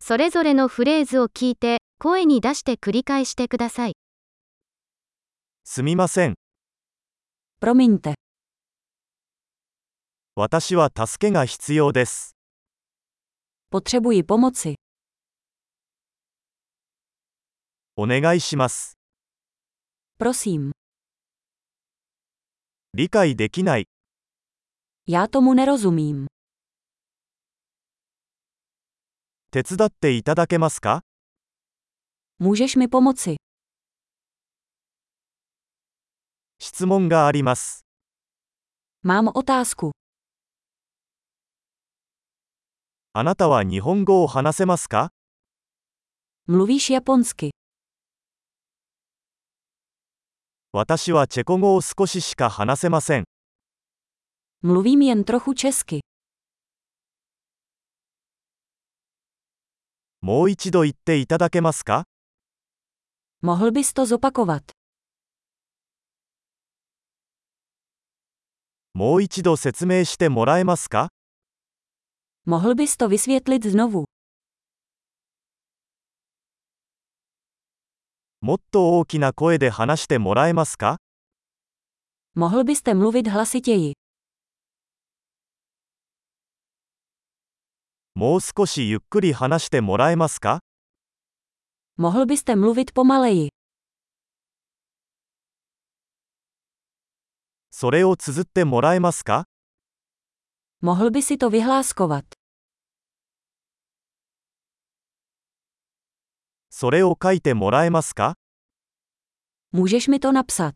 それぞれのフレーズを聞いて、声に出して繰り返してください。すみません、 Promiňte, 私は助けが必要です。 potřebuji pomoci. お願いします。 Prosím, 理解できない、 já tomu nerozumím. 手伝っていただけますか Můžeš mi pomoci? 質問があります。 Mám otázku. あなたは日本語を話せますか Mluvíš japonsky? 私はチェコ語を少ししか話せません。 Mluvím jen trochu česky. もう一度言っていただけますか Mohl bys to zopakovat? もう一度説明してもらえますか Mohl bys to vysvětlit znovu? もっと大きな声で話してもらえますか Mohl byste mluvit hlasitěji? もう少しゆっくり話してもらえますか Mohl byste mluvit pomaleji? それを綴ってもらえますか Mohl by si to vyhláskovat? それを書いてもらえますか Můžeš mi to napsat?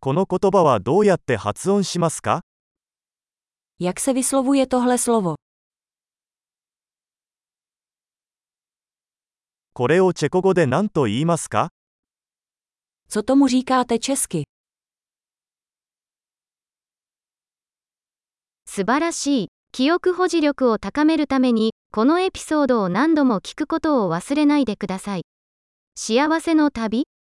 この言葉はどうやって発音しますか Jak se vyslovuje tohle slovo? これをチェコ語で何と言いますか Co tomu říkáte česky? 素晴らしい。記憶保持力を高めるために、このエピソードを何度も聞くことを忘れないでください。幸せの旅